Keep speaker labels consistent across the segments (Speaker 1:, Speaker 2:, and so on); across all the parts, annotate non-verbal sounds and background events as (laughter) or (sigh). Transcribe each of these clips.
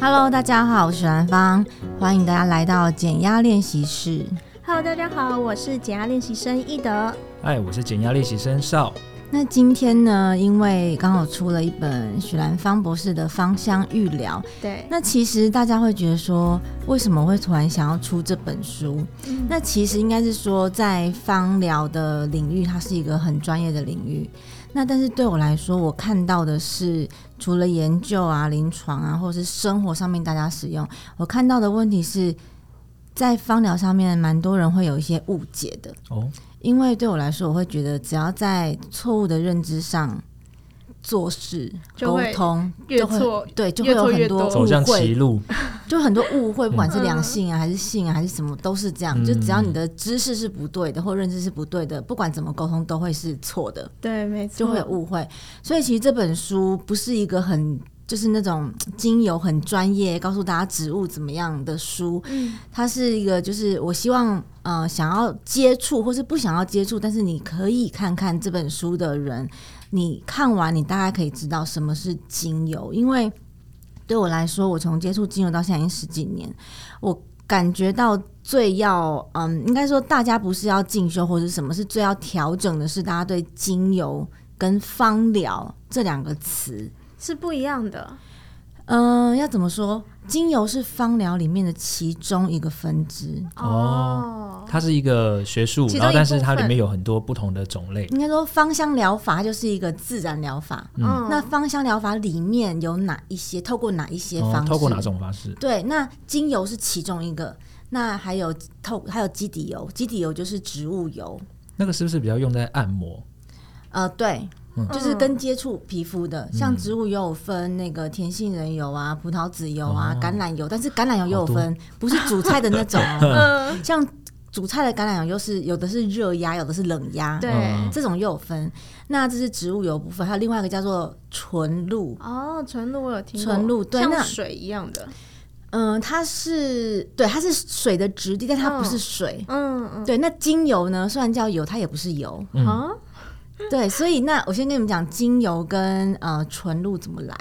Speaker 1: Hello，大家好，我是兰芳，欢迎大家来到减压练习室。
Speaker 2: Hello，大家好，我是减压练习生易德。
Speaker 3: 嗨，哎我是减压练习生少。
Speaker 1: 那今天呢，因为刚好出了一本许兰芳博士的《芳香预疗》，
Speaker 2: 对，
Speaker 1: 那其实大家会觉得说，为什么会突然想要出这本书？
Speaker 2: 嗯
Speaker 1: 那其实应该是说，在芳疗的领域，它是一个很专业的领域。那但是对我来说，我看到的是除了研究啊、临床啊，或者是生活上面大家使用，我看到的问题是在芳疗上面，蛮多人会有一些误解的。
Speaker 3: 哦，
Speaker 1: 因为对我来说，我会觉得只要在错误的认知上做事、
Speaker 2: 就
Speaker 1: 沟
Speaker 2: 会
Speaker 1: 通，
Speaker 2: 越
Speaker 1: 就会
Speaker 2: 错
Speaker 1: 对，就会
Speaker 2: 越
Speaker 1: 有
Speaker 2: 错越
Speaker 1: 很
Speaker 2: 多
Speaker 1: 多
Speaker 3: 走
Speaker 1: 误
Speaker 3: 向歧
Speaker 1: 会，
Speaker 3: 路。
Speaker 1: 就很多误会，不管是
Speaker 2: 嗯
Speaker 1: 良性啊，还是性啊，还是什么，都是这样。就只要
Speaker 3: 嗯
Speaker 1: 你的知识是不对的，或认知是不对的，不管怎么沟通，都会是错的，
Speaker 2: 对，没错，
Speaker 1: 就会有误会。所以其实这本书不是一个很。就是那种精油很专业，告诉大家植物怎么样的书，
Speaker 2: 嗯，
Speaker 1: 它是一个，就是我希望呃想要接触或是不想要接触，但是你可以看看这本书的人，你看完你大概可以知道什么是精油，因为对我来说，我从接触精油到现在已经十几年，我感觉到最要嗯，应该说大家不是要进修或者是什么，是最要调整的是大家对精油跟芳疗这两个词，
Speaker 2: 是不一样的。
Speaker 1: 嗯、要怎么说？精油是芳疗里面的其中一个分支，
Speaker 2: 哦，
Speaker 3: 它是一个学术，
Speaker 2: 其中一
Speaker 3: 然后但是它
Speaker 2: 部分
Speaker 3: 里面有很多不同的种类。
Speaker 1: 应该说芳香疗法它就是一个自然疗法。
Speaker 2: 嗯，
Speaker 1: 那芳香疗法里面有哪一些？透过哪一些方
Speaker 3: 哦
Speaker 1: 式？，
Speaker 3: 透过哪？种方式？
Speaker 1: 对，那精油是其中一个。那还有透还有基底油，基底油就是植物油，
Speaker 3: 那个是不是比较用在按摩？
Speaker 1: 呃，对，
Speaker 3: 嗯
Speaker 1: 就是跟接触皮肤的，像植物油有分那个甜杏仁油啊、葡萄籽油啊、
Speaker 3: 哦
Speaker 1: 橄榄油，但是橄榄油也有
Speaker 3: 好多
Speaker 1: 分，不是煮菜的那种哦，
Speaker 3: (laughs)
Speaker 2: 嗯，
Speaker 1: 像煮菜的橄榄油又是有的是热压，有的是冷压，
Speaker 2: 对，
Speaker 3: 嗯
Speaker 1: 这种又有分。那这是植物油部分，还有另外一个叫做纯露，
Speaker 2: 哦，纯露我有听过，
Speaker 1: 纯露对那
Speaker 2: 像水一样的，
Speaker 1: 嗯、它是对，它是水的质地，但它不是水。
Speaker 2: 嗯
Speaker 1: 对，那精油呢？虽然叫油，它也不是油。
Speaker 2: 嗯，啊，
Speaker 1: 对，所以那我先跟你们讲精油跟呃纯露怎么来。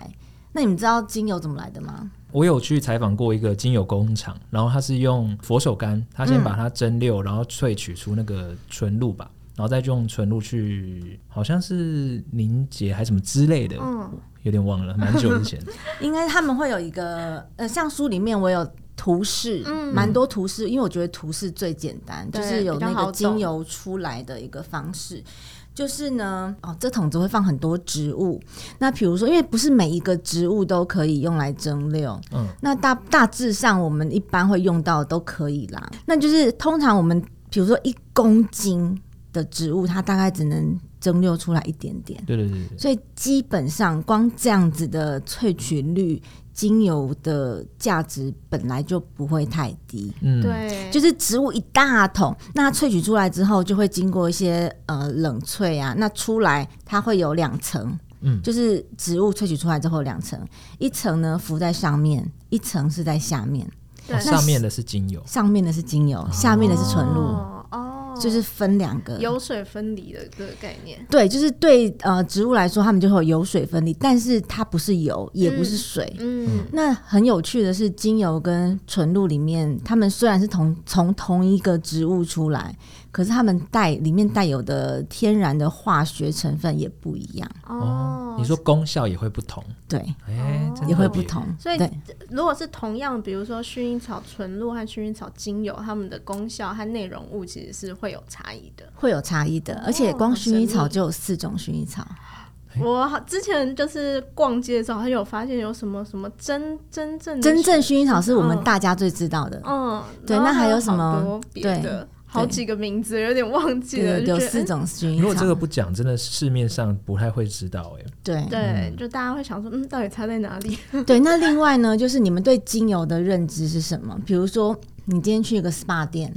Speaker 1: 那你们知道精油怎么来的吗？
Speaker 3: 我有去采访过一个精油工厂，然后它是用佛手柑，它先把它蒸馏，然后萃取出那个纯露吧，然后再用纯露去，好像是凝结还是什么之类的，
Speaker 2: 嗯，
Speaker 3: 有点忘了，蛮久之前。
Speaker 1: 应该他们会有一个呃，像书里面我有图示，
Speaker 2: 嗯
Speaker 1: 蛮、多图示，因为我觉得图示最简单，就
Speaker 2: 对
Speaker 1: 是有
Speaker 2: 比较
Speaker 1: 那
Speaker 2: 好
Speaker 1: 个
Speaker 2: 懂
Speaker 1: 精油出来的一个方式。就是呢，哦，这桶子会放很多植物。那比如说，因为不是每一个植物都可以用来蒸馏，
Speaker 3: 嗯，
Speaker 1: 那大大致上我们一般会用到的都可以啦。那就是通常我们比如说一公斤的植物，它大概只能蒸馏出来一点点，
Speaker 3: 对对对对，
Speaker 1: 所以基本上光这样子的萃取率，精油的价值本来就不会太低。
Speaker 3: 嗯，
Speaker 2: 对，
Speaker 1: 就是植物一大桶，那它萃取出来之后，就会经过一些呃冷萃啊，那出来它会有两层，
Speaker 3: 嗯
Speaker 1: 就是植物萃取出来之后有两层，一层呢浮在上面，一层是在下面，
Speaker 2: 对
Speaker 3: 哦上面的是精油，
Speaker 1: 上面的是精油，下面的是纯露，
Speaker 2: 哦，哦
Speaker 1: 就是分两个。
Speaker 2: 油水分离的这个概念，
Speaker 1: 对，就是对呃植物来说，它们就会有油水分离，但是它不是油，也不是水，
Speaker 2: 嗯，
Speaker 1: 那很有趣的是，精油跟纯露里面，它们虽然是同从同一个植物出来，可是它们带里面带有的天然的化学成分也不一样，
Speaker 2: 哦，
Speaker 3: 你说功效也会不同，
Speaker 1: 对，
Speaker 3: 哎、真
Speaker 1: 也会
Speaker 3: 特
Speaker 1: 不
Speaker 3: 别。
Speaker 1: 同。
Speaker 2: 所以
Speaker 1: 对
Speaker 2: 如果是同样，比如说薰衣草纯露和薰衣草精油，它们的功效和内容物其实是会有差异的。
Speaker 1: 会有差异的，而且光
Speaker 2: 好
Speaker 1: 薰
Speaker 2: 神
Speaker 1: 衣
Speaker 2: 秘
Speaker 1: 草就有四种薰衣草，哎
Speaker 2: 我好之前就是逛街的时候，还有发现有什么什么真真正的
Speaker 1: 真正薰衣草是我们
Speaker 2: 嗯
Speaker 1: 大家最知道
Speaker 3: 哦
Speaker 1: 的，
Speaker 2: 嗯，
Speaker 1: 对
Speaker 2: 然后
Speaker 1: 那还
Speaker 2: 还
Speaker 1: 有什么
Speaker 2: 好多别的好几个名字，有点忘记了，
Speaker 1: 对，
Speaker 2: 就
Speaker 1: 有
Speaker 2: 觉得
Speaker 1: 四种薰
Speaker 3: 如
Speaker 1: 衣
Speaker 3: 果这
Speaker 1: 草
Speaker 3: 个，不讲，真的市面上不太会知道哎、
Speaker 1: 对
Speaker 2: 嗯对，就大家会想说，嗯，到底差在哪里？
Speaker 1: 对。那另外呢，就是你们对精油的认知是什么？比如说，你今天去一个 SPA 店，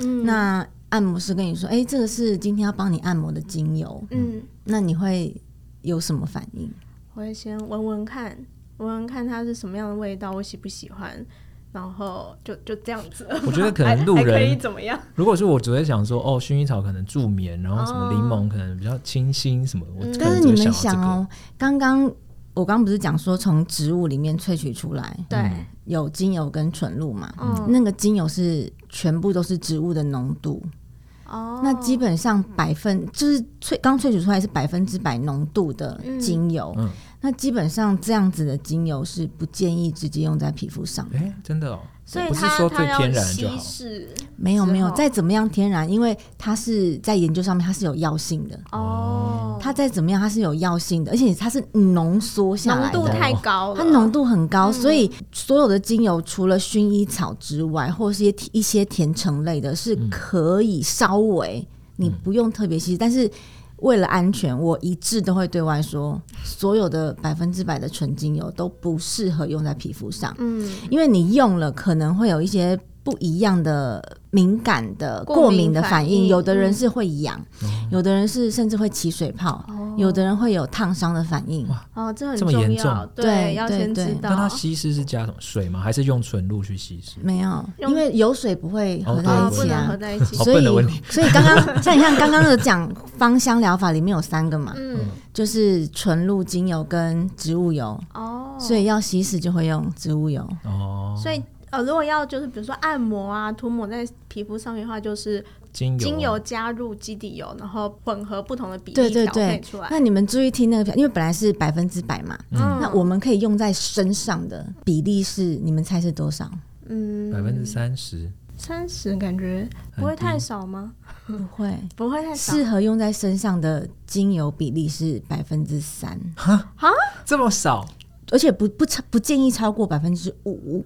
Speaker 2: 嗯，
Speaker 1: 那按摩师跟你说：“哎、这个是今天要帮你按摩的精油。
Speaker 2: 嗯，”
Speaker 1: 那你会有什么反应？
Speaker 2: 我会先闻闻看，闻闻看它是什么样的味道，我喜不喜欢，然后就就这样子。
Speaker 3: 我觉得可能路
Speaker 2: (laughs) 还
Speaker 3: 人
Speaker 2: 可以怎么
Speaker 1: 嗯
Speaker 2: 样？
Speaker 3: 如果是我只会想说，哦，薰衣草可能助眠，然后什么
Speaker 2: 哦
Speaker 3: 柠檬可能比较清新什么，我可
Speaker 1: 但
Speaker 3: 能
Speaker 1: 嗯是
Speaker 3: 只
Speaker 1: 你
Speaker 3: 会
Speaker 1: 们
Speaker 3: 到这
Speaker 1: 想
Speaker 3: 个。
Speaker 1: 哦，刚刚。我刚不是讲说从植物里面萃取出来
Speaker 2: 对，
Speaker 1: 有精油跟纯露嘛？
Speaker 2: 嗯，
Speaker 1: 那个精油是全部都是植物的浓度，
Speaker 2: 哦，
Speaker 1: 那基本上百分就是萃刚萃取出来是百分之百浓度的精油，
Speaker 3: 嗯嗯
Speaker 1: 那基本上这样子的精油是不建议直接用在皮肤上。
Speaker 3: 哎、真的哦，
Speaker 2: 所以
Speaker 3: 不是
Speaker 2: 它
Speaker 3: 说
Speaker 2: 它
Speaker 3: 最
Speaker 2: 要
Speaker 3: 天然
Speaker 2: 稀
Speaker 3: 就好
Speaker 2: 释
Speaker 1: 没有没有
Speaker 2: 之，后
Speaker 1: 再怎么样天然，因为它是在研究上面它是有药性的，
Speaker 2: 哦，
Speaker 1: 它再怎么样它是有药性的，而且它是浓缩下
Speaker 2: 浓
Speaker 1: 来
Speaker 2: 度
Speaker 1: 的。
Speaker 2: 太高了，
Speaker 1: 它浓度很高，
Speaker 2: 嗯
Speaker 1: 所以所有的精油除了薰衣草之外，或是一些一些甜橙类的，是可以稍微你不用特别稀释，但是为了安全，我一致都会对外说，所有的百分之百的纯精油都不适合用在皮肤上，
Speaker 2: 嗯，
Speaker 1: 因为你用了可能会有一些。不一样的敏感的
Speaker 2: 过
Speaker 1: 过
Speaker 2: 敏
Speaker 1: 敏的
Speaker 2: 反
Speaker 1: 反应，
Speaker 2: 应
Speaker 1: 有的人
Speaker 2: 嗯
Speaker 1: 是会痒，有的人是甚至会起水泡，有的人会有烫伤的反应。
Speaker 2: 哦，这很
Speaker 3: 这么
Speaker 2: 重
Speaker 3: 严
Speaker 2: 要，
Speaker 3: 重
Speaker 1: 对
Speaker 2: 要
Speaker 1: 对
Speaker 2: 先知
Speaker 1: 对啊
Speaker 2: 道
Speaker 3: 那它稀释是加什么水吗？还是用纯露去稀释？
Speaker 1: 没有，
Speaker 2: 用
Speaker 1: 因为有水不会合在
Speaker 2: 哦，
Speaker 1: 一
Speaker 2: 不
Speaker 1: 起
Speaker 2: 能
Speaker 1: 啊
Speaker 2: 合。在一起
Speaker 3: 好，
Speaker 1: 所
Speaker 3: 笨
Speaker 1: 以
Speaker 3: 的问题，
Speaker 1: 所以刚刚像你看刚刚的讲芳香疗法里面有三个嘛，
Speaker 2: 嗯，
Speaker 1: 就是纯露、精油跟植物油，
Speaker 2: 哦，
Speaker 1: 所以要稀释就会用植物油。
Speaker 3: 哦，
Speaker 2: 所以呃，如果要就是比如说按摩啊，涂抹在皮肤上面的话，就是
Speaker 3: 精油
Speaker 2: 精油加入基底油，然后混合不同的比
Speaker 1: 对
Speaker 2: 例
Speaker 1: 对
Speaker 2: 调配
Speaker 1: 对
Speaker 2: 出来。
Speaker 1: 那你们注意听那个，因为本来是百分之百嘛，
Speaker 2: 嗯
Speaker 1: 那我们可以用在身上的比例是，你们猜是多少？
Speaker 2: 嗯
Speaker 3: 百分之三十，
Speaker 2: 三十感觉不会太少吗？
Speaker 1: 不会，
Speaker 2: 不嗯会太少，
Speaker 1: 适合用在身上的精油比例是百分之三，
Speaker 3: 这么少，
Speaker 1: 而且不不超不建议超过百分之五。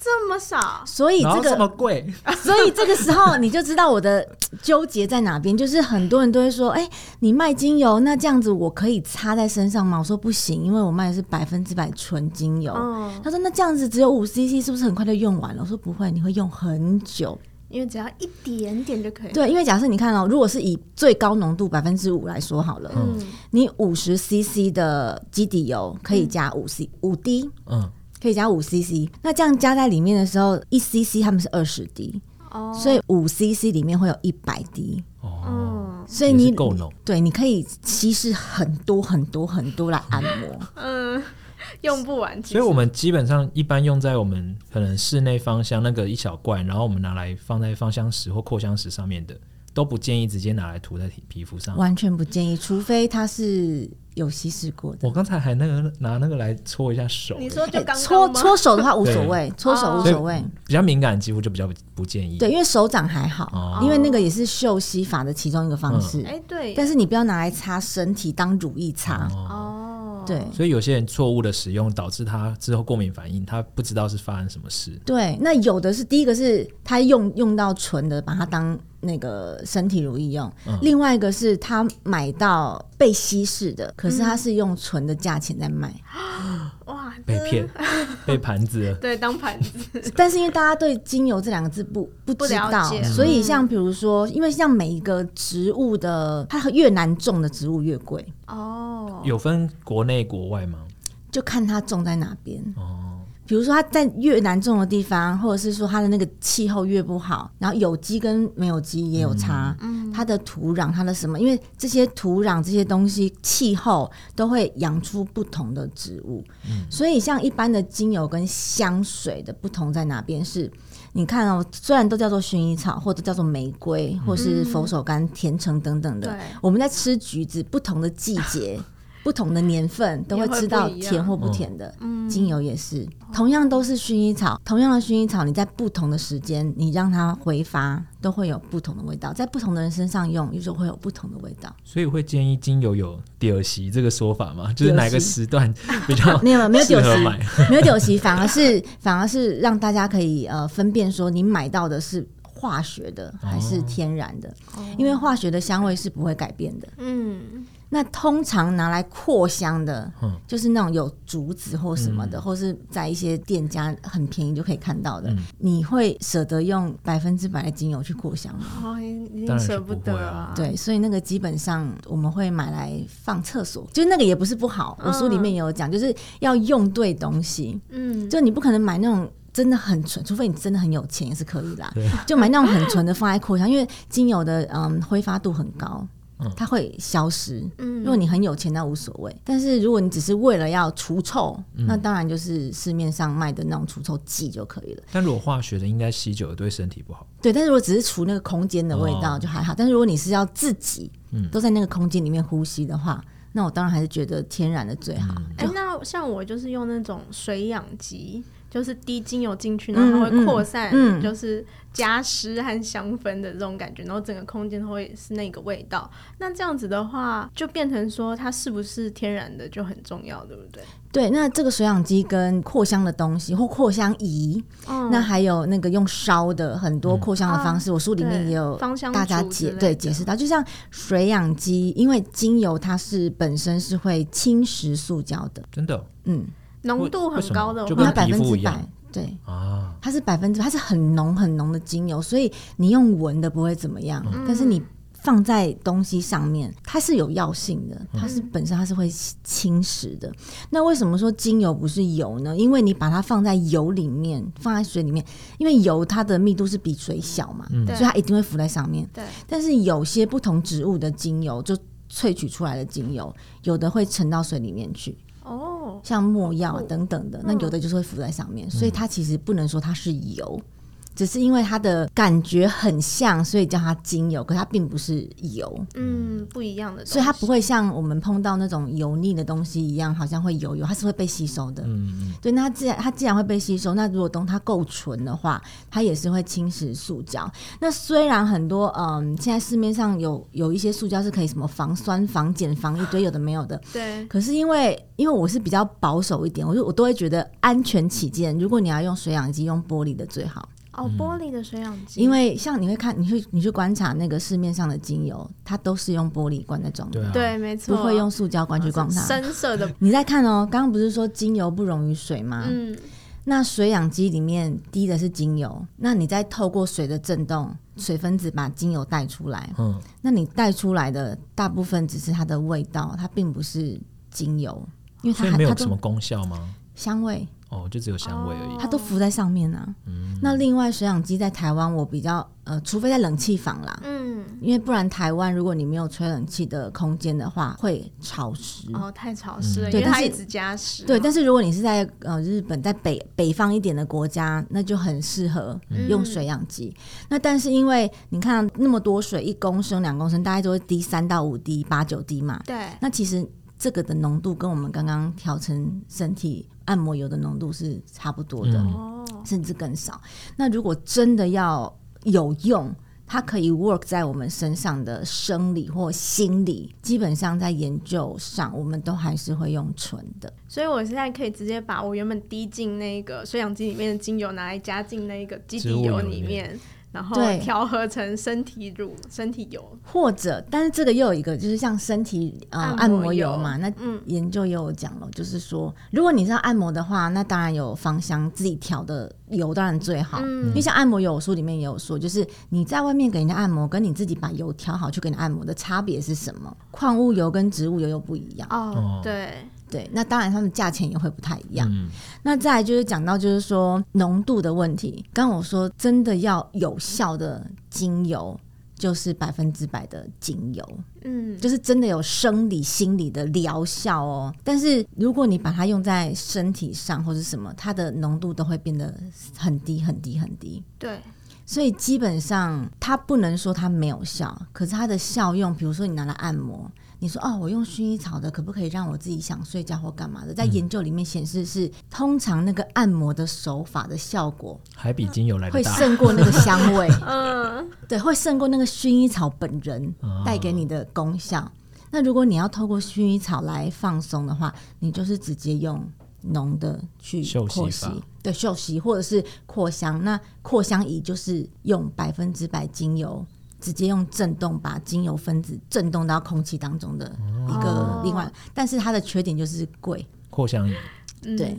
Speaker 2: 这么少，
Speaker 1: 所以
Speaker 3: 然
Speaker 1: 哎这
Speaker 3: 后这
Speaker 1: 个 (laughs)
Speaker 3: 么贵，
Speaker 1: 所以这个时候你就知道我的纠结在哪边，就是很多人都会说：“哎、你卖精油，那这样子我可以擦在身上吗？”我说不行，因为我卖的是百分之百纯精油。
Speaker 2: 嗯，
Speaker 1: 他说：“那这样子只有五 CC，是不是很快就用完了？”我说：“不会，你会用很久。
Speaker 2: 因为只要一点点就可以。
Speaker 1: 对，因为假设你看哦，如果是以最高浓度百分之五来说好了，
Speaker 2: 嗯，
Speaker 1: 你五十 CC 的基底油可以加五 C 五滴，
Speaker 3: 嗯，
Speaker 1: 可以加五 CC。那这样加在里面的时候，一 CC 他们是二十滴，
Speaker 2: 哦，
Speaker 1: 所以五 CC 里面会有一百滴。
Speaker 3: 哦，
Speaker 2: 嗯
Speaker 1: 所以
Speaker 3: 也是
Speaker 1: 你
Speaker 3: 够浓，
Speaker 1: 对，你可以稀释很多很多很多来按摩。
Speaker 2: 嗯， (laughs) 用不完，其
Speaker 3: 所以
Speaker 2: 实
Speaker 3: 我们基本上一般用在我们可能室内芳香那个一小罐，然后我们拿来放在芳香石或扩香石上面的，都不建议直接拿来涂在皮肤
Speaker 2: 嗯
Speaker 3: 上。
Speaker 1: 完全不建议，除非它是有稀释过的。
Speaker 3: 我刚才还那个拿那个来搓一下手，
Speaker 2: 你说就刚
Speaker 1: 搓
Speaker 2: 刚吗？
Speaker 1: 搓手的话无所谓，搓手无所谓。
Speaker 3: 比较敏感的肌肤就比较不不建议。
Speaker 1: 对，因为手掌还好
Speaker 3: 哦，嗯
Speaker 1: 因为那个也是嗅吸法的其中一个方式。
Speaker 2: 哎，对，
Speaker 1: 但是你不要拿来擦身体当乳液擦。
Speaker 3: 哦，
Speaker 2: 哦，
Speaker 1: 对
Speaker 3: 所以有些人错误的使用导致他之后过敏反应，他不知道是发生什么事。
Speaker 1: 对，那有的是第一个是他用用到纯的，把它当那个身体乳液用；
Speaker 3: 嗯
Speaker 1: 另外一个是他买到被稀释的，可是他
Speaker 2: 嗯
Speaker 1: 是用纯的价钱在
Speaker 2: (laughs)
Speaker 1: 卖。
Speaker 2: 哇，真
Speaker 3: 被
Speaker 2: 的
Speaker 3: 骗， (laughs) 被盘子了。
Speaker 2: 对，当盘
Speaker 1: (laughs)
Speaker 2: 子，
Speaker 1: 但是因为大家对精油这两个字不不
Speaker 2: 不
Speaker 1: 知
Speaker 2: 了
Speaker 1: 道
Speaker 2: 解，嗯
Speaker 1: 所以像比如说，因为像每一个植物的，它越难种的植物越贵，
Speaker 2: 哦，
Speaker 3: 有分国内国外吗？
Speaker 1: 就看它种在哪边。
Speaker 3: 哦，
Speaker 1: 比如说它在越难种的地方，或者是说它的那个气候越不好，然后有机跟没有机也有差，它的土壤、它的什么，因为这些土壤这些东西气候都会养出不同的植物，所以像一般的精油跟香水的不同在哪边是？你看哦，虽然都叫做薰衣草，或者叫做玫瑰，或是佛手柑、甜橙等等的，
Speaker 2: 对
Speaker 1: 我们在吃橘子，不同的季节、不同的年份都
Speaker 2: 也
Speaker 1: 会
Speaker 2: 会
Speaker 1: 吃
Speaker 2: 不
Speaker 1: 到
Speaker 2: 一样
Speaker 1: 甜或不甜的。精油也是，同样都是薰衣草，同样的薰衣草，你在不同的时间，你让它挥发，都会有不同的味道，在不同的人身上用，有时候会有不同的味道。
Speaker 3: 所以会建议精油有屌席这个说法吗？就是哪个
Speaker 1: 屌席
Speaker 3: 时段比 (laughs) 较
Speaker 1: 没有没有
Speaker 3: 哦适
Speaker 1: 酒
Speaker 3: 合
Speaker 1: 席， (laughs)
Speaker 3: 买？
Speaker 1: 没有酒席，反而是反而是让大家可以呃分辨说你买到的是化学的还
Speaker 3: 哦
Speaker 1: 是天然的，因为化学的香味是不会改变的。
Speaker 2: 嗯，
Speaker 1: 那通常拿来扩香的，
Speaker 3: 嗯
Speaker 1: 就是那种有竹子或什么的，或是在一些店家很便宜就可以看到
Speaker 3: 嗯
Speaker 1: 的。你会舍得用百分之百的精油去扩香吗？
Speaker 2: 哦，已经
Speaker 3: 当然是
Speaker 2: 舍不
Speaker 3: 不
Speaker 2: 得
Speaker 3: 会啊
Speaker 2: 啊，
Speaker 1: 对，所以那个基本上我们会买来放厕所，就那个也不是不好。
Speaker 3: 嗯
Speaker 1: 我书里面也有讲，就是要用对东西，
Speaker 2: 嗯，
Speaker 1: 就你不可能买那种。真的很纯，除非你真的很有钱也是可以啦。就买那种很纯的放在扩香，因为精油的嗯挥发度很高，它会消失。
Speaker 2: 嗯
Speaker 1: 如果你很有钱，那无所谓；但是如果你只是为了要除臭，那当然就是市面上卖的那种除臭剂就可以了。
Speaker 3: 但如果化学的，应该吸久了对身体不好。
Speaker 1: 对，但是如果只是除那个空间的味道
Speaker 3: 哦
Speaker 1: 就还好，但是如果你是要自己都在那个空间里面呼吸的话，那我当然还是觉得天然的最好。
Speaker 2: 哎、那像我就是用那种水养机，就是滴精油进去，然后它会扩散，
Speaker 1: 嗯嗯嗯
Speaker 2: 就是加湿和香氛的这种感觉，然后整个空间都会是那个味道。那这样子的话，就变成说它是不是天然的就很重要，对不对？
Speaker 1: 对，那这个水养机跟扩香的东西或扩香仪，
Speaker 2: 嗯啊
Speaker 1: 那还有那个用烧的很多扩香的方式，我书里面也有
Speaker 2: 对芳香
Speaker 1: 大家
Speaker 2: 烛之
Speaker 1: 解
Speaker 2: 类
Speaker 1: 对
Speaker 2: 的
Speaker 1: 解释到，就像水养机，因为精油它是本身是会侵蚀塑胶的，
Speaker 3: 真的哦
Speaker 1: 嗯，
Speaker 2: 浓度
Speaker 3: 为
Speaker 2: 很
Speaker 3: 什么
Speaker 2: 高的
Speaker 3: 就
Speaker 2: 话
Speaker 3: 跟
Speaker 1: 它，百
Speaker 3: 皮
Speaker 1: 分
Speaker 3: 肤
Speaker 1: 之
Speaker 3: 一
Speaker 1: 百
Speaker 3: 样
Speaker 1: 对。
Speaker 3: 啊，
Speaker 1: 它是百分之，它是很浓很浓的精油，所以你用闻的不会怎么样，
Speaker 3: 嗯
Speaker 1: 但是你放在东西上面，它是有药性的，它
Speaker 3: 嗯
Speaker 1: 是本身它是会侵蚀的。那为什么说精油不是油呢？因为你把它放在油里面，放在水里面，因为油它的密度是比水小嘛，
Speaker 3: 嗯
Speaker 2: 对
Speaker 1: 所以它一定会浮在上面。
Speaker 2: 对，
Speaker 1: 但是有些不同植物的精油就。萃取出来的精油，有的会沉到水里面去，
Speaker 2: 哦，
Speaker 1: 像墨药啊等等的，那有的就是会浮在上
Speaker 3: 嗯
Speaker 1: 面，所以它其实不能说它是油，只是因为它的感觉很像，所以叫它精油，可它并不是油，
Speaker 2: 嗯，不一样的东西，
Speaker 1: 所以它不会像我们碰到那种油腻的东西一样，好像会油油，它是会被吸收的。
Speaker 3: 嗯，
Speaker 1: 对，那它既然它既然会被吸收，那如果东它够纯的话，它也是会侵蚀塑胶。那虽然很多嗯，现在市面上有有一些塑胶是可以什么防酸、防碱、防一堆有的没有的，
Speaker 2: 对，
Speaker 1: 可是因为因为我是比较保守一点，我就我都会觉得安全起见，如果你要用水养机，用玻璃的最好，
Speaker 2: 哦，玻璃的水养机，
Speaker 1: 嗯因为像你会看，你去你去观察那个市面上的精油，它都是用玻璃罐在装
Speaker 3: 对
Speaker 1: 的，
Speaker 3: 啊，
Speaker 2: 对，没错，
Speaker 1: 不会用塑胶罐去装它。
Speaker 2: 深色的，
Speaker 1: 你再看哦，刚刚不是说精油不溶于水吗？
Speaker 2: 嗯，
Speaker 1: 那水养机里面滴的是精油，那你再透过水的震动，水分子把精油带出来，
Speaker 3: 嗯，
Speaker 1: 那你带出来的大部分只是它的味道，它并不是精油，因为它
Speaker 3: 所以
Speaker 1: 还
Speaker 3: 没
Speaker 1: 它
Speaker 3: 有
Speaker 1: 都
Speaker 3: 什么功效吗？
Speaker 1: 香味。
Speaker 3: 哦，就只有香味而已。
Speaker 1: 它都浮在上面啊。那另外水养机在台湾，我比较呃，除非在冷气房啦，
Speaker 2: 嗯，
Speaker 1: 因为不然台湾如果你没有吹冷气的空间的话，会潮湿。
Speaker 2: 哦，太潮湿
Speaker 1: 嗯
Speaker 2: 了，因
Speaker 1: 对
Speaker 2: 为
Speaker 1: 但
Speaker 2: 它
Speaker 1: 是
Speaker 2: 一直加湿嘛，
Speaker 1: 对，但是如果你是在呃日本，在北北方一点的国家，那就很适合用水养机。那但是因为你看那么多水，一公升、两公升，大概就会滴三到五滴、八九滴嘛。
Speaker 2: 对，
Speaker 1: 那其实这个的浓度跟我们刚刚调成身体按摩油的浓度是差不多的。
Speaker 3: 嗯
Speaker 2: 哦，
Speaker 1: 甚至更少。那如果真的要有用，它可以 work 在我们身上的生理或心理，基本上在研究上，我们都还是会用纯的。
Speaker 2: 所以我现在可以直接把我原本滴进那个水养机里面的精油拿来加进那个基底油里面，然后
Speaker 1: 对
Speaker 2: 调和成身体乳、身体油。
Speaker 1: 或者，但是这个又有一个，就是像身体呃
Speaker 2: 按
Speaker 1: 按
Speaker 2: 摩
Speaker 1: 摩
Speaker 2: 油
Speaker 1: 油嘛，那
Speaker 2: 嗯
Speaker 1: 研究也有讲了，就是说，如果你是要按摩的话，那当然有芳香自己调的油当然最好。
Speaker 2: 嗯
Speaker 1: 因为像按摩油，我书里面也有说，就是你在外面给人家按摩，跟你自己把油调好去给人家按摩的差别是什么？矿物油跟植物油又不一样。
Speaker 2: 哦，对，
Speaker 1: 对，那当然他们价钱也会不太一样。
Speaker 3: 嗯，
Speaker 1: 那再来就是讲到就是说浓度的问题，刚刚我说真的要有效的精油。就是百分之百的精油，
Speaker 2: 嗯，
Speaker 1: 就是真的有生理、心理的疗效哦。但是如果你把它用在身体上或是什么，它的浓度都会变得很低、很低、很低。
Speaker 2: 对，
Speaker 1: 所以基本上它不能说它没有效，可是它的效用，比如说你拿来按摩，你说哦，我用薰衣草的，可不可以让我自己想睡觉或干嘛的？在研究里面显示是，通常那个按摩的手法的效果
Speaker 3: 还比精油来
Speaker 1: 会
Speaker 3: 的大。
Speaker 1: 胜过那个香味，
Speaker 2: 嗯，
Speaker 1: 对，会胜过那个薰衣草本人
Speaker 3: 啊
Speaker 1: 带给你的功效。那如果你要透过薰衣草来放松的话，你就是直接用浓的去
Speaker 3: 嗅吸
Speaker 1: 扩
Speaker 3: 法
Speaker 1: 吸，对，嗅吸或者是扩香。那扩香仪就是用百分之百精油，直接用震动把精油分子震动到空气当中的一
Speaker 2: 哦
Speaker 1: 个另外，但是它的缺点就是贵，
Speaker 3: 扩香仪，
Speaker 2: 嗯
Speaker 1: 对，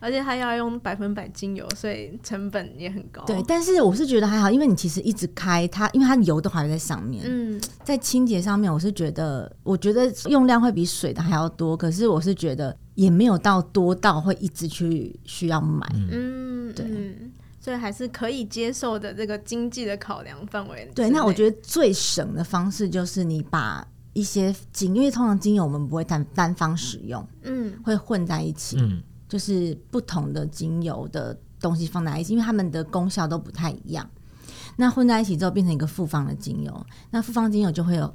Speaker 2: 而且它要用百分百精油，所以成本也很高。
Speaker 1: 对。，但是我是觉得还好，因为你其实一直开它，因为它油都还在上面，
Speaker 2: 嗯，
Speaker 1: 在清洁上面，我是觉得，我觉得用量会比水的还要多，可是我是觉得也没有到多到会一直去需要买。
Speaker 2: 嗯，
Speaker 1: 对
Speaker 2: 嗯，所以还是可以接受的这个经济的考量范围之内。
Speaker 1: 对，那我觉得最省的方式就是你把一些精，因为通常精油我们不会单单方使用，
Speaker 2: 嗯，
Speaker 1: 会混在一起，
Speaker 3: 嗯，
Speaker 1: 就是不同的精油的东西放在一起，因为它们的功效都不太一样。那混在一起之后变成一个复方的精油，那复方精油就会有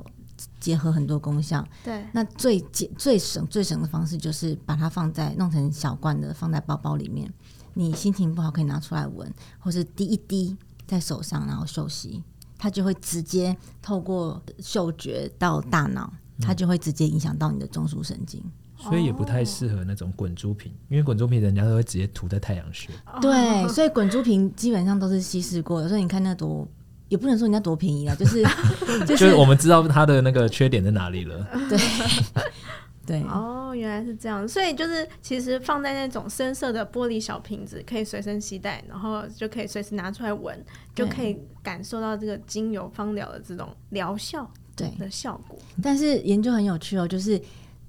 Speaker 1: 结合很多功效。
Speaker 2: 对，
Speaker 1: 那最简、最省、最省的方式就是把它放在弄成小罐的，放在包包里面。你心情不好可以拿出来闻，或是滴一滴在手上，然后休息，它就会直接透过嗅觉到大脑，它就会直接影响到你的中枢神经。
Speaker 3: 所以也不太适合那种滚珠瓶，
Speaker 1: 哦
Speaker 3: 因为滚珠瓶人家都会直接涂在太阳穴。
Speaker 1: 对，所以滚珠瓶基本上都是稀释过的，所以你看那多。也不能说人家多便宜啊，就是 (laughs) 就
Speaker 3: 就是
Speaker 1: 是
Speaker 3: 我们知道它的那个缺点在哪
Speaker 1: (laughs)
Speaker 3: 里了。
Speaker 1: 对，
Speaker 2: 哦，原来是这样，所以就是其实放在那种深色的玻璃小瓶子，可以随身携带，然后就可以随时拿出来闻，就
Speaker 1: 对
Speaker 2: 可以感受到这个精油芳疗的这种疗效
Speaker 1: 对。
Speaker 2: 的效果。
Speaker 1: 但是研究很有趣哦，就是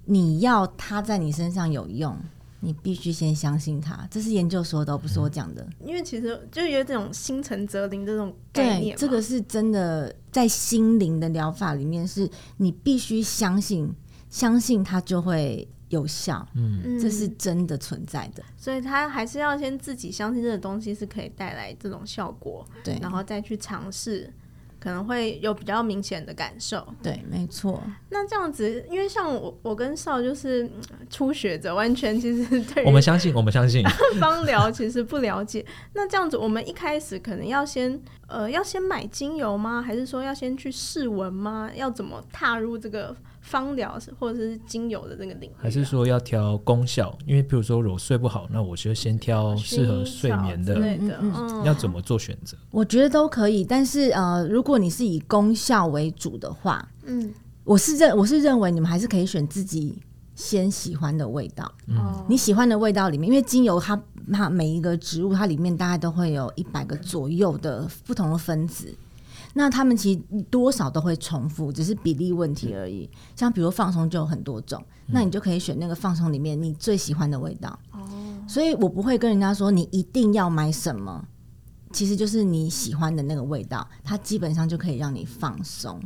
Speaker 1: 你要它在你身上有用，你必须先相信它。这是研究说的哦，不是我讲的。
Speaker 2: 因为其实就有这种心诚则灵这种概
Speaker 1: 对
Speaker 2: 念，，
Speaker 1: 这个，是真的，在心灵的疗法里面，是你必须相信，相信它就会有效，
Speaker 2: 嗯
Speaker 1: 这是真的存在的。
Speaker 2: 所以他还是要先自己相信这个东西是可以带来这种效果，
Speaker 1: 对
Speaker 2: 然后再去尝试，可能会有比较明显的感受。
Speaker 1: 对，没错。
Speaker 2: 那这样子，因为像我，我跟少就是嗯初学者，完全其实对
Speaker 3: 我们
Speaker 2: 于
Speaker 3: 相信，我们相信，
Speaker 2: 芳疗其实不了解。 (laughs) 那这样子，我们一开始可能要先呃，要先买精油吗？还是说要先去试闻吗？要怎么踏入这个芳疗或者是精油的这个领域啊？
Speaker 3: 还是说要挑功效？因为譬如说我睡不好，那我就先挑适合睡眠
Speaker 2: 薰衣草之
Speaker 3: 的，
Speaker 2: 类的，
Speaker 1: 嗯
Speaker 2: 嗯，
Speaker 3: 要怎么做选择？
Speaker 1: 我觉得都可以，但是呃，如果你是以功效为主的话，
Speaker 2: 嗯，
Speaker 1: 我是认我是认为你们还是可以选自己先喜欢的味道。
Speaker 3: 嗯
Speaker 2: 哦，
Speaker 1: 你喜欢的味道里面，因为精油它它每一个植物它里面大概都会有一百个左右的不同的分子，那它们其实多少都会重复，只是比例问题而已。像比如放松就有很多种，那你就可以选那个放松里面你最喜欢的味道。所以我不会跟人家说你一定要买什么，其实就是你喜欢的那个味道，它基本上就可以让你放松。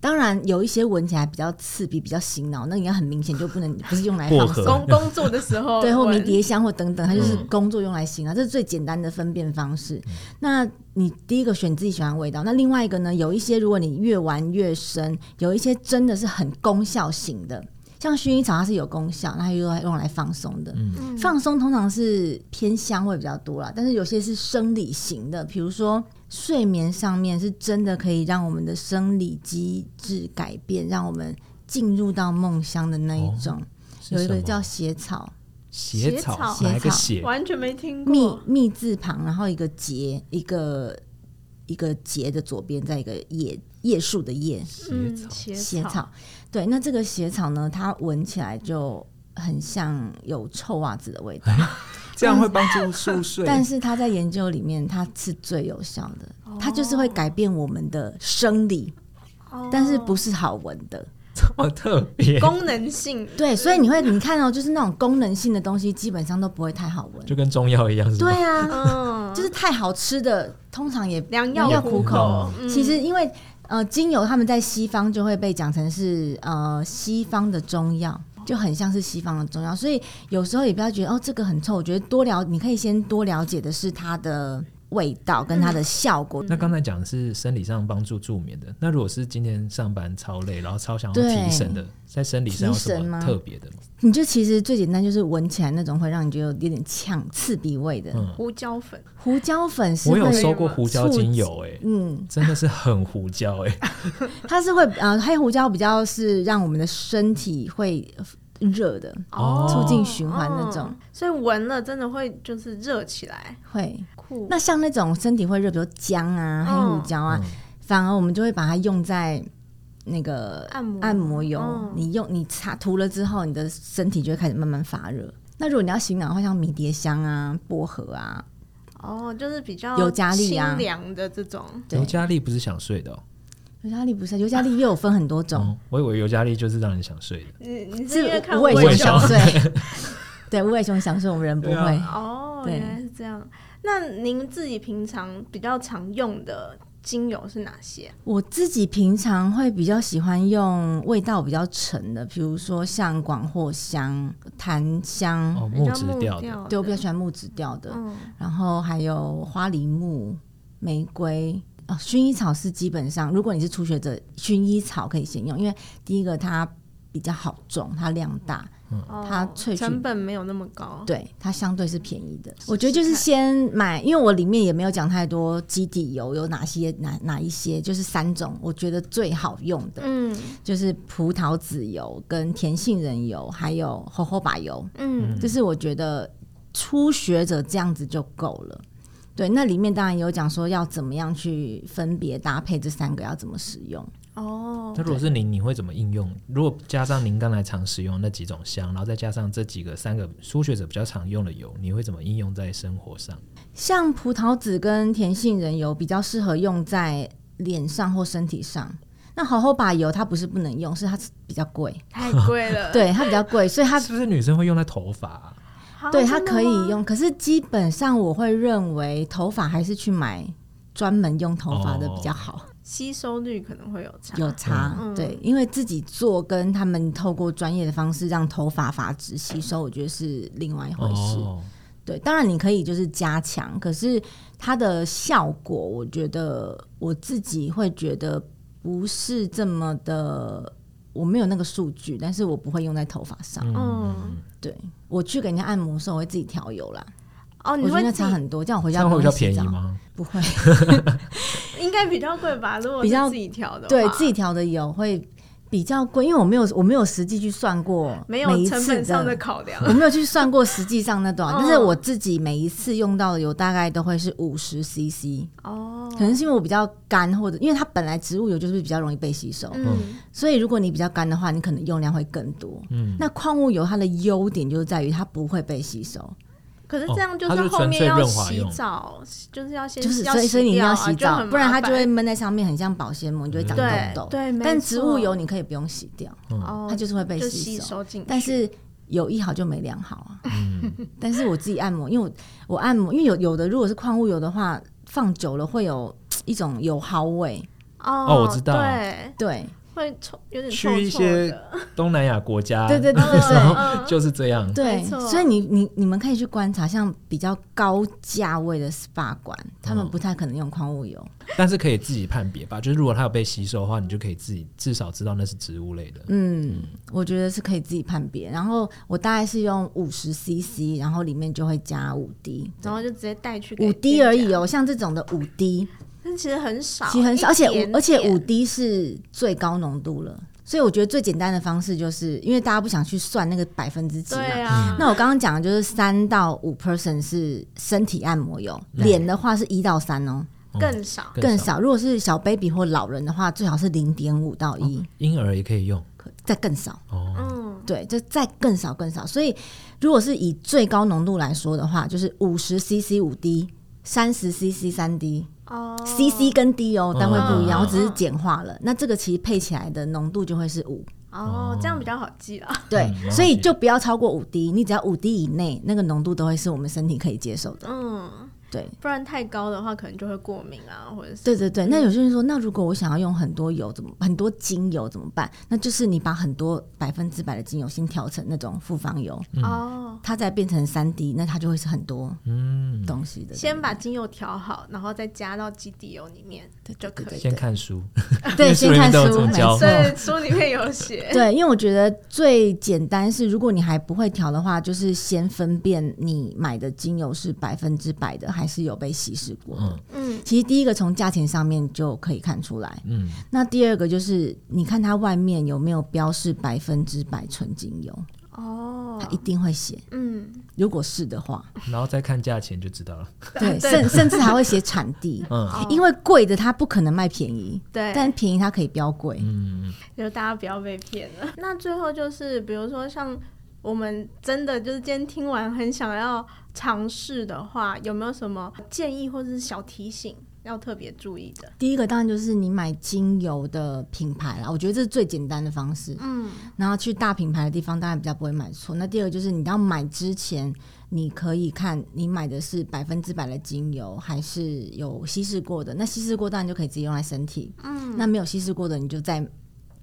Speaker 1: 当然，有一些闻起来比较刺鼻、比较醒脑，那你要很明显就不能不是用来
Speaker 3: 薄
Speaker 1: 放
Speaker 3: 荷
Speaker 1: 松。
Speaker 2: 工工作的时候，
Speaker 1: (laughs) 对，或迷
Speaker 2: 闻
Speaker 1: 迭香或等等，它就是
Speaker 3: 哦嗯
Speaker 1: 工作用来形容，这是最简单的分辨方式。那你第一个选自己喜欢的味道，那另外一个呢，有一些如果你越玩越深，有一些真的是很功效型的，像薰衣草它是有功效，那它又用来放松的。
Speaker 2: 嗯
Speaker 1: 放松通常是偏香味比较多啦，但是有些是生理型的，比如说睡眠上面是真的可以让我们的生理机制改变，让我们进入到梦乡的那一
Speaker 3: 哦
Speaker 1: 种。
Speaker 3: 是
Speaker 1: 有一
Speaker 3: 什
Speaker 1: 个
Speaker 3: 么
Speaker 1: 叫血草，
Speaker 3: 血草，
Speaker 2: 血草
Speaker 3: 哪一个血？
Speaker 2: 完全没听
Speaker 1: 密
Speaker 2: 过，
Speaker 1: 密字旁，然后一个节，一个一个节的左边，再一个叶叶树的叶，
Speaker 3: 血
Speaker 2: 嗯，
Speaker 3: 草，
Speaker 2: 血
Speaker 1: 血草。对，那这个血草呢，它闻起来就很像有臭袜子的味道，
Speaker 3: 这样会帮助入睡
Speaker 1: 但是它在研究里面，它是最有效的，它就是会改变我们的生理，
Speaker 2: 哦
Speaker 1: 但是不是好闻的。
Speaker 3: 这么特别，
Speaker 2: 功能性，
Speaker 1: 对，所以你会你看哦，就是那种功能性的东西，基本上都不会太好闻。
Speaker 3: 就跟中药一样，是
Speaker 1: 对
Speaker 3: 吗？
Speaker 1: 啊，(laughs)
Speaker 2: 嗯，
Speaker 1: 就是太好吃的，通常也
Speaker 2: 良
Speaker 1: 良
Speaker 2: 药
Speaker 1: 药
Speaker 2: 苦
Speaker 1: 苦
Speaker 2: 口
Speaker 3: 口。
Speaker 2: 嗯
Speaker 1: 其实因为呃，精油他们在西方就会被讲成是呃西方的中药，就很像是西方的中药，所以有时候也不要觉得哦这个很臭。我觉得多了，你可以先多了解的是它的味道跟它的效果。
Speaker 3: 那刚才讲的是生理上帮助助眠的，那如果是今天上班超累，然后超想要
Speaker 1: 对
Speaker 3: 提神的，在生理上有什
Speaker 1: 提神
Speaker 3: 么
Speaker 1: 吗
Speaker 3: 特别的吗？
Speaker 1: 你就其实最简单就是闻起来那种会让你觉得有点呛刺鼻味的、
Speaker 3: 嗯，
Speaker 2: 胡椒粉，
Speaker 1: 胡椒粉是
Speaker 3: 我有
Speaker 1: 会
Speaker 3: 收过胡椒精油、哎，
Speaker 1: 嗯，
Speaker 3: 真的是很胡椒、
Speaker 1: (laughs)
Speaker 3: 哎，
Speaker 1: 它是会呃黑胡椒比较是让我们的身体会热的，
Speaker 3: 哦
Speaker 1: 促进循环那种
Speaker 2: 嗯所以闻了真的会就是热起来，
Speaker 1: 会
Speaker 2: 酷。
Speaker 1: 那像那种身体会热，比如姜啊、黑
Speaker 2: 嗯
Speaker 1: 胡椒啊，
Speaker 3: 嗯
Speaker 1: 反而我们就会把它用在那个
Speaker 2: 按摩
Speaker 1: 按摩油。
Speaker 2: 嗯
Speaker 1: 你用你擦涂了之后，你的身体就会开始慢慢发热。那如果你要醒脑的话，像迷迭香啊、薄荷啊，
Speaker 2: 哦，就是比较
Speaker 1: 尤加利啊
Speaker 2: 清凉的这种，
Speaker 1: 对
Speaker 3: 尤，加利不是想睡的、哦
Speaker 1: 尤加利不是尤加利，又有分很多种，
Speaker 3: 哦，我以为尤加利就是让人想睡的。
Speaker 2: 你你是
Speaker 1: 是
Speaker 2: 因为看
Speaker 1: 无尾
Speaker 3: 无尾
Speaker 1: 熊想
Speaker 3: 熊
Speaker 1: 睡，
Speaker 2: (laughs)
Speaker 1: 对，无尾熊想睡，我们人不
Speaker 3: 对啊
Speaker 1: 会。(laughs)
Speaker 2: 哦，
Speaker 1: 对
Speaker 2: 原来是这样。那您自己平常比较常用的精油是哪些啊、
Speaker 1: 我自己平常会比较喜欢用味道比较沉的，比如说像广藿香、檀香，
Speaker 3: 哦，
Speaker 2: 人
Speaker 3: 木
Speaker 2: 家
Speaker 3: 质
Speaker 2: 木
Speaker 3: 调的，
Speaker 2: 调
Speaker 1: 对我比较
Speaker 2: 的，
Speaker 1: 喜欢木质调的，
Speaker 2: 嗯，
Speaker 1: 然后还有花梨木、玫瑰。哦，薰衣草是基本上，如果你是初学者，薰衣草可以先用，因为第一个它比较好种，它量大，
Speaker 2: 哦
Speaker 1: 嗯它萃取
Speaker 2: 成本没有那么高，
Speaker 1: 对，它相对是便宜的。
Speaker 2: 试
Speaker 1: 我觉得哦就是
Speaker 2: 看
Speaker 1: 先买，因为我里面也没有讲太多基底油有哪些哪哪一些，就是三种我觉得最好用的，
Speaker 2: 嗯
Speaker 1: 就是葡萄籽油、跟甜杏仁油，还有荷荷巴油，
Speaker 2: 嗯
Speaker 1: 这是我觉得初学者这样子就够了。对，那里面当然有讲说要怎么样去分别搭配这三个要怎么使用。
Speaker 2: 哦
Speaker 3: 那，如果是您，你会怎么应用？如果加上您刚才常使用那几种香，然后再加上这几个三个初学者比较常用的油，你会怎么应用在生活上？
Speaker 1: 像葡萄籽跟甜杏仁油比较适合用在脸上或身体上。那好后把油它不是不能用，是它比较贵，
Speaker 2: 太贵
Speaker 1: (laughs)
Speaker 2: 了，
Speaker 1: 对它比较贵，
Speaker 2: (laughs)
Speaker 1: 所以它
Speaker 3: 是不是女生会用在头发啊、
Speaker 2: 好
Speaker 1: 对它
Speaker 2: 真的
Speaker 1: 可以
Speaker 2: 吗
Speaker 1: 用。可是基本上我会认为头发还是去买专门用头发的比较好，
Speaker 2: 吸收率可能会有差，
Speaker 1: 有差、
Speaker 2: 嗯
Speaker 1: 对，因为自己做跟他们透过专业的方式让头发发质吸收，我觉得是另外一回事。
Speaker 3: 哦，
Speaker 1: 对，当然你可以就是加强，可是它的效果，我觉得我自己会觉得不是这么的，我没有那个数据，但是我不会用在头发上。
Speaker 2: 嗯，
Speaker 1: 对我去给人家按摩的时候，我会自己调油啦，
Speaker 2: 哦，
Speaker 1: 我
Speaker 2: 你
Speaker 1: 觉得
Speaker 2: 会
Speaker 1: 那
Speaker 2: 自
Speaker 1: 差
Speaker 2: 己
Speaker 1: 很多，这样我回
Speaker 3: 这
Speaker 1: 家
Speaker 3: 样会
Speaker 1: 不
Speaker 3: 比较
Speaker 1: 用洗
Speaker 3: 便宜
Speaker 1: 澡？
Speaker 3: 吗？
Speaker 1: 不
Speaker 2: (laughs)
Speaker 1: 会，
Speaker 2: 应该比较贵吧？如果
Speaker 1: 比
Speaker 2: 是
Speaker 1: 较
Speaker 2: 自己调的话，
Speaker 1: 对自己调的油会比较贵，因为我没有我没有实际去算过
Speaker 2: 没
Speaker 1: 每
Speaker 2: 有
Speaker 1: 一
Speaker 2: 成
Speaker 1: 次
Speaker 2: 本上的考
Speaker 1: (laughs)
Speaker 2: 量。
Speaker 1: 我没有去算过实际上那多少，
Speaker 2: 嗯
Speaker 1: 但是我自己每一次用到的油大概都会是五十 CC，
Speaker 2: 哦，
Speaker 1: 可能是因为我比较干，或者因为它本来植物油就是比较容易被吸收，
Speaker 2: 嗯，
Speaker 1: 所以如果你比较干的话，你可能用量会更多。
Speaker 3: 嗯，
Speaker 1: 那矿物油它的优点就是在于它不会被吸收，
Speaker 2: 可是
Speaker 3: 哦
Speaker 2: 这样就
Speaker 3: 它
Speaker 2: 是
Speaker 3: 就
Speaker 2: 后
Speaker 3: 纯
Speaker 2: 面
Speaker 3: 粹
Speaker 2: 要
Speaker 3: 润滑
Speaker 2: 洗
Speaker 3: 用
Speaker 2: 澡，就是要先
Speaker 1: 就是
Speaker 2: 要
Speaker 1: 所以所以你一定
Speaker 2: 掉
Speaker 1: 要
Speaker 2: 啊
Speaker 1: 洗
Speaker 2: 就
Speaker 1: 澡，
Speaker 2: 很
Speaker 1: 不然它
Speaker 2: 麻
Speaker 1: 就
Speaker 2: 烦
Speaker 1: 会闷在上面，很像保鲜膜，你就会长痘
Speaker 2: 对
Speaker 1: 痘。
Speaker 2: 对，没
Speaker 1: 但植物
Speaker 2: 错
Speaker 1: 油你可以不用洗掉，
Speaker 2: 哦，
Speaker 1: 它就是会被
Speaker 2: 就
Speaker 1: 吸收。
Speaker 2: 收进去，
Speaker 1: 但是有一好就没两好啊。但是我自己按摩，因为我我按摩，因为有有的如果是矿物油的话，放久了会有一种油耗味，
Speaker 2: 哦
Speaker 3: 哦我知道
Speaker 2: 对，
Speaker 1: 对。
Speaker 2: 会臭，有点
Speaker 3: 去
Speaker 2: 臭
Speaker 3: 一
Speaker 2: 臭
Speaker 3: 些
Speaker 2: 的嗯
Speaker 3: 东南亚国家，
Speaker 1: 对对对对对
Speaker 3: (laughs) 然后就是这
Speaker 1: (laughs)
Speaker 3: 样。
Speaker 1: 对，
Speaker 2: 没错
Speaker 1: 所以你你你们可以去观察，像比较高价位的 SPA 馆，他们不太可能用矿物油。
Speaker 3: 但是可以自己判别吧，就是如果它有被吸收的话，你就可以自己至少知道那是植物类的。
Speaker 1: 嗯，我觉得是可以自己判别。然后我大概是用五十 CC，然后里面就会加五滴，
Speaker 2: 然后就直接带去给
Speaker 1: 五滴而已
Speaker 2: 店
Speaker 1: 哦。像这种的五滴，
Speaker 2: 家，但其实很少，
Speaker 1: 其实很少，
Speaker 2: 一
Speaker 1: 而且
Speaker 2: 点
Speaker 1: 五而且
Speaker 2: 点
Speaker 1: 五滴是最高浓度了。所以我觉得最简单的方式就是，因为大家不想去算那个百分之几嘛，
Speaker 2: 对啊，
Speaker 3: 嗯
Speaker 1: 那我刚刚讲的就是三到五 percent 是身体按摩油，
Speaker 3: 嗯
Speaker 1: 脸的话是一到三哦，
Speaker 2: 更少
Speaker 1: 更少。如果是小 baby 或老人的话，最好是零点五到一、
Speaker 3: 婴儿也可以用
Speaker 1: 可再更少。
Speaker 3: 哦，
Speaker 2: 嗯，
Speaker 1: 对，就再更少更少。所以如果是以最高浓度来说的话，就是五十 CC 五滴。三十 CC 三滴
Speaker 2: 哦
Speaker 1: ，CC 跟 D 哦，单位不一样，
Speaker 3: 嗯
Speaker 1: 我只是简化了。那这个其实配起来的浓度就会是五，
Speaker 2: 哦，这样比较好记啊。
Speaker 1: 对
Speaker 3: 嗯，了解
Speaker 1: 所以就不要超过五滴，你只要五滴以内，那个浓度都会是我们身体可以接受的。
Speaker 2: 嗯，
Speaker 1: (laughs) 对，
Speaker 2: 不然太高的话，可能就会过敏啊，或者是
Speaker 1: 对对对，那有些人说，那如果我想要用很多油，怎么很多精油怎么办？那就是你把很多百分之百的精油先调成那种复方油，
Speaker 2: 哦，
Speaker 1: 它再变成三 D，那它就会是很多
Speaker 3: 嗯，
Speaker 1: 东西的。
Speaker 2: 先把精油调好，然后再加到基底油里面
Speaker 1: 对
Speaker 2: 就可以。
Speaker 3: 先看书，
Speaker 1: 对，
Speaker 3: 因为
Speaker 1: 先
Speaker 3: 书里
Speaker 1: 看
Speaker 3: 面都有
Speaker 1: 书，
Speaker 3: 这么
Speaker 1: 没
Speaker 3: 教
Speaker 1: 错。
Speaker 2: 所以书里面有
Speaker 1: (laughs)
Speaker 2: 写，
Speaker 1: 对，因为我觉得最简单是，如果你还不会调的话，就是先分辨你买的精油是百分之百的，还是有被稀释过的。
Speaker 3: 嗯
Speaker 2: 嗯，
Speaker 1: 其实第一个从价钱上面就可以看出来，
Speaker 3: 嗯，
Speaker 1: 那第二个就是你看它外面有没有标示百分之百纯精油，
Speaker 2: 哦
Speaker 1: 它，一定会写。
Speaker 2: 嗯，
Speaker 1: 如果是的话，
Speaker 3: 然后再看价钱就知道了。
Speaker 1: 对，甚甚至还会写产地，
Speaker 3: 嗯
Speaker 1: 因为贵的它不可能卖便宜，
Speaker 2: 对，
Speaker 1: 但便宜它可以标贵。
Speaker 3: 嗯，
Speaker 2: 就大家不要被骗了。 (laughs) 那最后就是，比如说像我们真的就是今天听完很想要尝试的话，有没有什么建议或者是小提醒要特别注意的？
Speaker 1: 第一个当然就是你买精油的品牌啦，我觉得这是最简单的方式。
Speaker 2: 嗯，
Speaker 1: 然后去大品牌的地方，当然比较不会买错。那第二个就是你要买之前，你可以看你买的是百分之百的精油，还是有稀释过的。那稀释过当然就可以直接用在身体，嗯，那没有稀释过的，你就再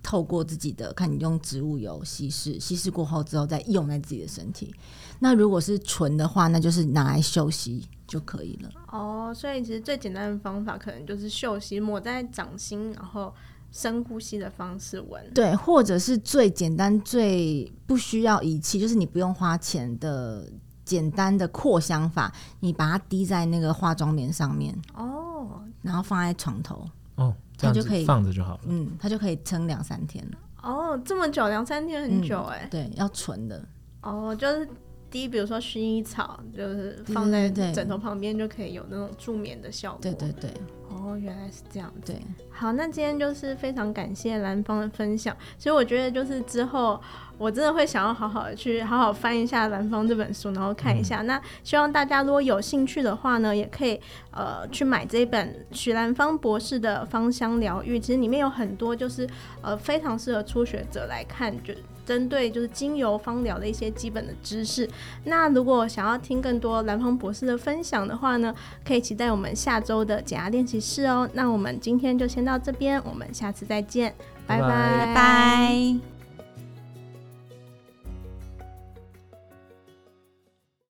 Speaker 1: 透过自己的看你用植物油稀释，稀释过后之后再用在自己的身体。那如果是纯的话，那就是拿来休息就可以了。
Speaker 2: 哦，所以其实最简单的方法可能就是嗅息，抹在掌心，然后深呼吸的方式闻。
Speaker 1: 对，或者是最简单、最不需要仪器，就是你不用花钱的简单的扩香法，你把它滴在那个化妆棉上面，
Speaker 2: 哦
Speaker 1: 然后放在床头，
Speaker 3: 哦，这
Speaker 1: 那
Speaker 3: 样子
Speaker 1: 就可以
Speaker 3: 放着就好了。
Speaker 1: 嗯，它就可以撑两三天了。
Speaker 2: 哦，这么久，两三天很久哎、
Speaker 1: 对，要纯的，
Speaker 2: 哦，就是滴，比如说薰衣草，就是放在
Speaker 1: 对对对
Speaker 2: 枕头旁边就可以有那种助眠的效果。
Speaker 1: 对对对
Speaker 2: 哦，原来是这样。
Speaker 1: 对，
Speaker 2: 好，那今天就是非常感谢兰芳的分享。其实我觉得就是之后我真的会想要好好的去好好翻一下兰芳这本书，然后看一下。那希望大家如果有兴趣的话呢，也可以呃去买这本许兰芳博士的《芳香疗愈》，其实里面有很多就是呃非常适合初学者来看，就针对就是精油芳疗的一些基本的知识。那如果想要听更多兰芳博士的分享的话呢，可以期待我们下周的减压练习室哦。那我们今天就先到这边，我们下次再见，拜
Speaker 3: 拜
Speaker 1: 拜拜。